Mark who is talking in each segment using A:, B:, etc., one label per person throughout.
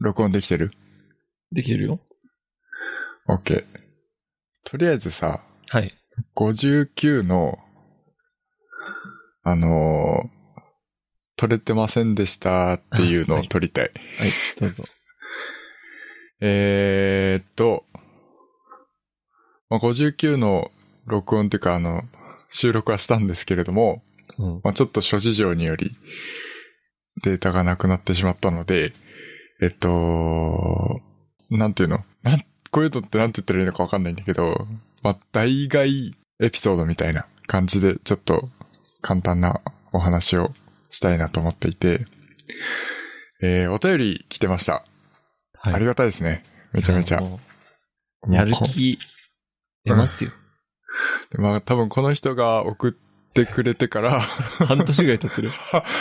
A: 録音できてる
B: できてるよ。
A: ?OK。とりあえずさ、
B: はい。
A: 59の、あのー撮れてませんでしたっていうのを撮りたい。
B: はい、どうぞ。
A: えーっと、まあ、59の録音っていうか、あの、収録はしたんですけれども、
B: うん。
A: まあ、ちょっと諸事情によりデータがなくなってしまったので、えっと、なんていうのなんこういうのってなんて言ったらいいのかわかんないんだけど、まあ、代替エピソードみたいな感じで、ちょっと簡単なお話をしたいなと思っていて、えー、お便り来てました。
B: はい。
A: ありがたいですね。めちゃめちゃ。
B: もうやる
A: もうこ
B: 気、出ますよ。
A: まあ、多分この人が送ってくれてから、
B: 半年ぐらい経っ てる。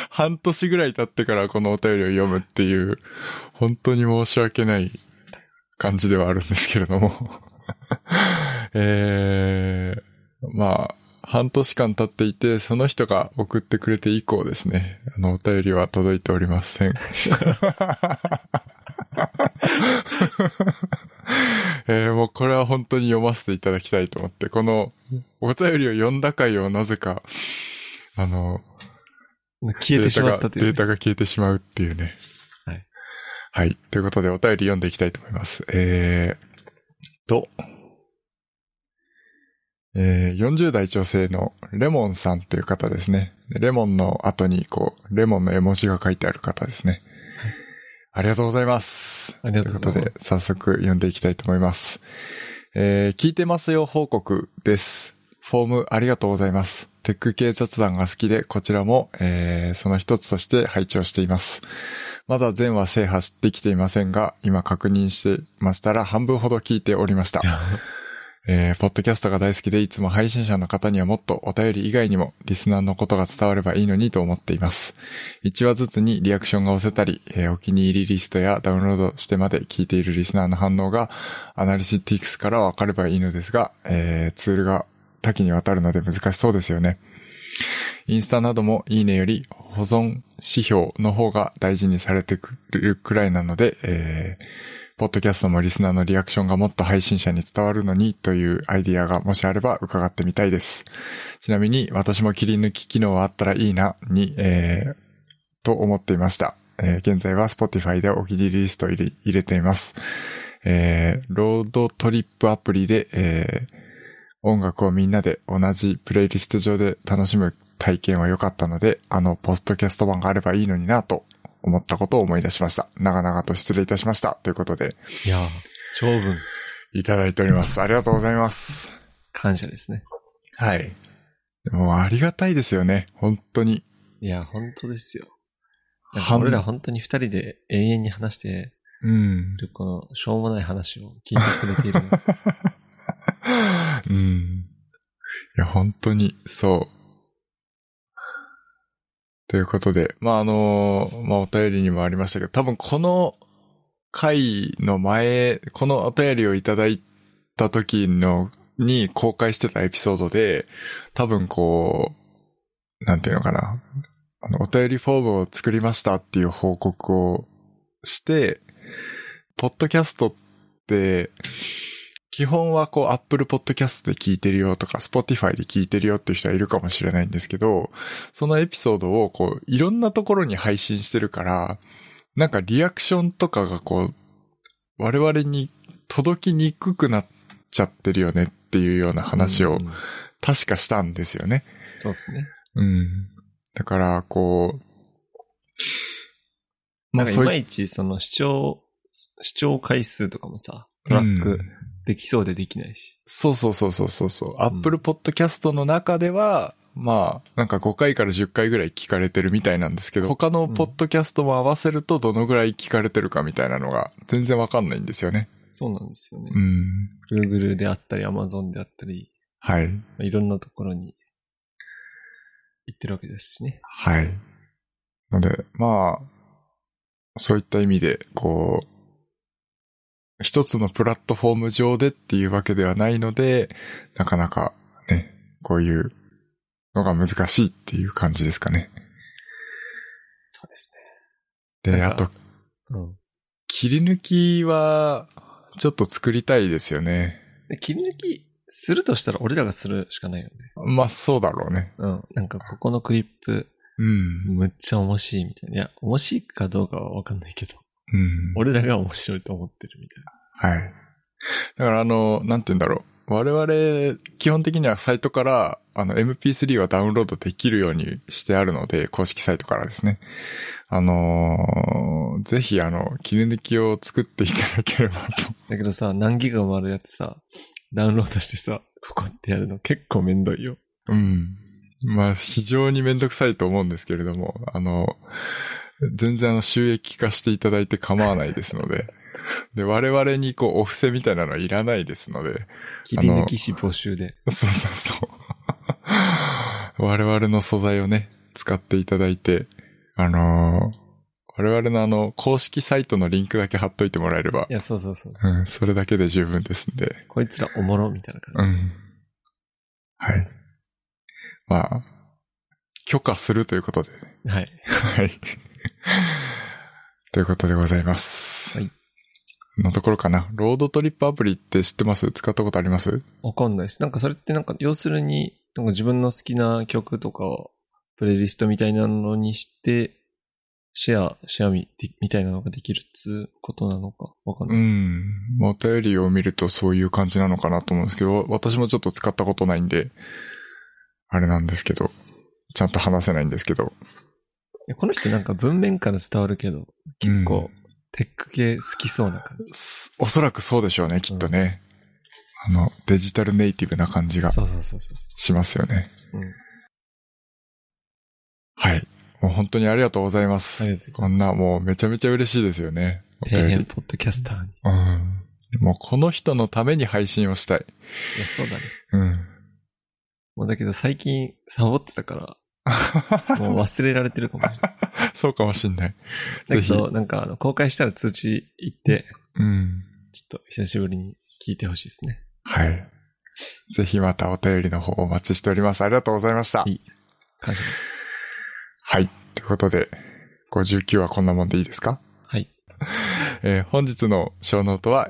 A: 半年ぐらい経ってからこのお便りを読むっていう、本当に申し訳ない感じではあるんですけれども。 えー、まあ、半年間経っていて、その人が送ってくれて以降ですね、あの、お便りは届いておりません。 えーもうこれは本当に読ませていただきたいと思って、このお便りを読んだ回をなぜか、あの、
B: 消えてしまったとい
A: デ
B: う
A: ー。タが消えてしまうっていうね。
B: はい。
A: はい。ということで、お便り読んでいきたいと思います。えー、と、えー、40代女性のレモンさんという方ですね。でレモンの後に、こう、レモンの絵文字が書いてある方ですね。ありがとうございます。
B: ありがとうございます
A: ということで、早速読んでいきたいと思います。えー、聞いてますよ報告です。フォームありがとうございます。テック系雑談が好きで、こちらも、えー、その一つとして拝聴しています。まだ全話制覇してきていませんが、今確認してましたら半分ほど聞いておりま した。えー、ポッドキャストが大好きで、いつも配信者の方にはもっとお便り以外にも、リスナーのことが伝わればいいのにと思っています。1話ずつにリアクションが押せたり、えーお気に入りリストやダウンロードしてまで聞いているリスナーの反応が、アナリシティクスからわかればいいのですが、えーツールが多岐にわたるので難しそうですよね。インスタなどもいいねより保存指標の方が大事にされてくるくらいなので、えーポッドキャストもリスナーのリアクションがもっと配信者に伝わるのにというアイディアがもしあれば伺ってみたいです。ちなみに私も切り抜き機能はあったらいいなに、えーと思っていました。えー現在は Spotify でお気に入りリストを入れ入れています。えーロードトリップアプリで、えー音楽をみんなで同じプレイリスト上で楽しむ体験は良かったので、あの、ポストキャスト版があればいいのになと思ったことを思い出しました。長々と失礼いたしました。ということで、
B: いやー、長文、
A: いただいております。ありがとうございます。
B: 感謝ですね。
A: はい。でも、ありがたいですよね。本当に。
B: いや、本当ですよ。なんか
A: 半
B: 俺ら本当に二人で永遠に話して
A: うん。
B: る、この、しょうもない話を聞いてくれているの。
A: うん。いや、本当に、そう。ということで、まあ、あのまあ、お便りにもありましたけど、多分この回の前、このお便りをいただいた時の、に公開してたエピソードで、多分こう、なんていうのかな。あの、お便りフォームを作りましたっていう報告をして、ポッドキャストって、基本はこう Apple Podcast で聞いてるよとか Spotify で聞いてるよっていう人はいるかもしれないんですけど、そのエピソードをこういろんなところに配信してるから、なんかリアクションとかがこう我々に届きにくくなっちゃってるよねっていうような 話
B: う
A: を
B: ん
A: 確かしたんですよね。
B: そうですね。
A: うん。だからこう、
B: なんかいま
A: い
B: いち、その、視聴、視聴回数とかもさ、トラッ
A: う
B: ク
A: ん
B: できそうでできないし。
A: そうそうそうそうそうそう。アップルポッドキャストの中では、まあ、なんか5回から10回ぐらい聞かれてるみたいなんですけど、他のポッドキャストも合わせるとどのぐらい聞かれてるかみたいなのが全然わかんないんですよね。
B: そうなんですよね。
A: うん。
B: Google であったり、Amazon であったり、
A: はい。
B: まあいろんなところに行ってるわけですしね。
A: はい。ので、まあ、そういった意味で、こう、一つのプラットフォーム上でっていうわけではないので、なかなかね、こういうのが難しいっていう感じですかね。
B: そうです
A: で、
B: なん
A: あ
B: か
A: と、
B: ね。うん。
A: 切り抜きは、ちょっと作りたいですよね。
B: で切り抜きするとしたら俺らがするしかないよね。
A: まあ、そうだろうね。
B: うん。なんかここのクリップ、
A: うん。
B: むっちゃ面白いみたいな。いや、面白いかどうかはわかんないけど、
A: うん。
B: 俺らが面白いと思ってるみたいな。
A: はい。だからあの、なんて言うんだろう。我々、基本的にはサイトから、あの、MP3 はダウンロードできるようにしてあるので、公式サイトからですね。あのーぜひ、あの、切り抜きを作っていただければと。
B: だけどさ、何ギガもあるやつさ、ダウンロードしてさ、ここってやるの結構めんどいよ。
A: うん。まあ、非常にめんどくさいと思うんですけれども、あの、全然あの、収益化していただいて構わないですので、で、我々にこう、お布施みたいなのはいらないですので、
B: 切り抜きし募集で。
A: そうそうそう。 我々の素材をね、使っていただいて、あのー我々のあの、公式サイトのリンクだけ貼っといてもらえれば
B: い、や、そうそうそう。
A: うん、それだけで十分ですんで、
B: こいつらおもろみたいな
A: う
B: 感じ。
A: ん。はい。まあ、許可するということで、
B: はい。
A: はい。 ということでございます。
B: はい。
A: のところかな。ロードトリップアプリって知ってます使ったことあります
B: わかんないです。なんかそれってなんか、要するに、なんか自分の好きな曲とかを、プレイリストみたいなのにして、シェア、シェアみみたいなのができるっつうことなのかわかん
A: う
B: ない。
A: ん。お便りを見るとそういう感じなのかなと思うんですけど、私もちょっと使ったことないんで、あれなんですけど、ちゃんと話せないんですけど。
B: いやこの人なんか文面から伝わるけど、結構、テック系好きそうな感じ。
A: すおそらくそうでしょうね、きっとね。あの、デジタルネイティブな感じが
B: そうそうそうそうそ
A: しますよね。
B: う。うん。
A: はい。もう本当にありがとうございます。
B: ありがとうござ
A: こ
B: い
A: んなもうめちゃめちゃ嬉しいですよね。お
B: 底
A: 便り。
B: 辺ポッドキャスターに。
A: うん。もうこの人のために配信をしたい。
B: いや、そうだね。
A: うん。
B: もうだけど最近、サボってた から、もう忘れられてるかもしれない。
A: そうかもしんない。
B: だ
A: ぜ
B: け
A: ひ。
B: ど、なんかあの、公開したら通知行って、
A: うん。
B: ちょっと久しぶりに聞いてほしいですね。
A: はい。ぜひまたお便りの方お待ちしております。ありがとうございました。
B: はい感謝です。
A: はい。ということで、59はこんなもんでいいですか
B: はい。
A: えー本日の小ノートは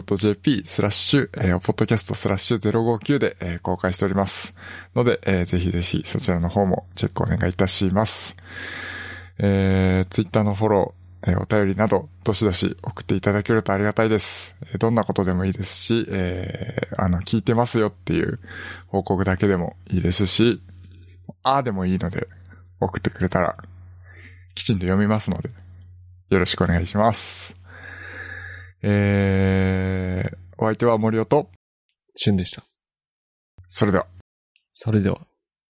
A: hpk.jp スラッシュ、えー、ポッドキャストスラッシュ059で、えー公開しております。ので、えーぜひぜひそちらの方もチェックお願いいたします。えー、Twitter のフォロー、えーお便りなど、どしどし送っていただけるとありがたいです。えーどんなことでもいいですし、えーあの、聞いてますよっていう報告だけでもいいですし、あーでもいいので、送ってくれたら、きちんと読みますので、よろしくお願いします。えー、お相手は森尾と、
B: 旬でした。
A: それでは。
B: それでは。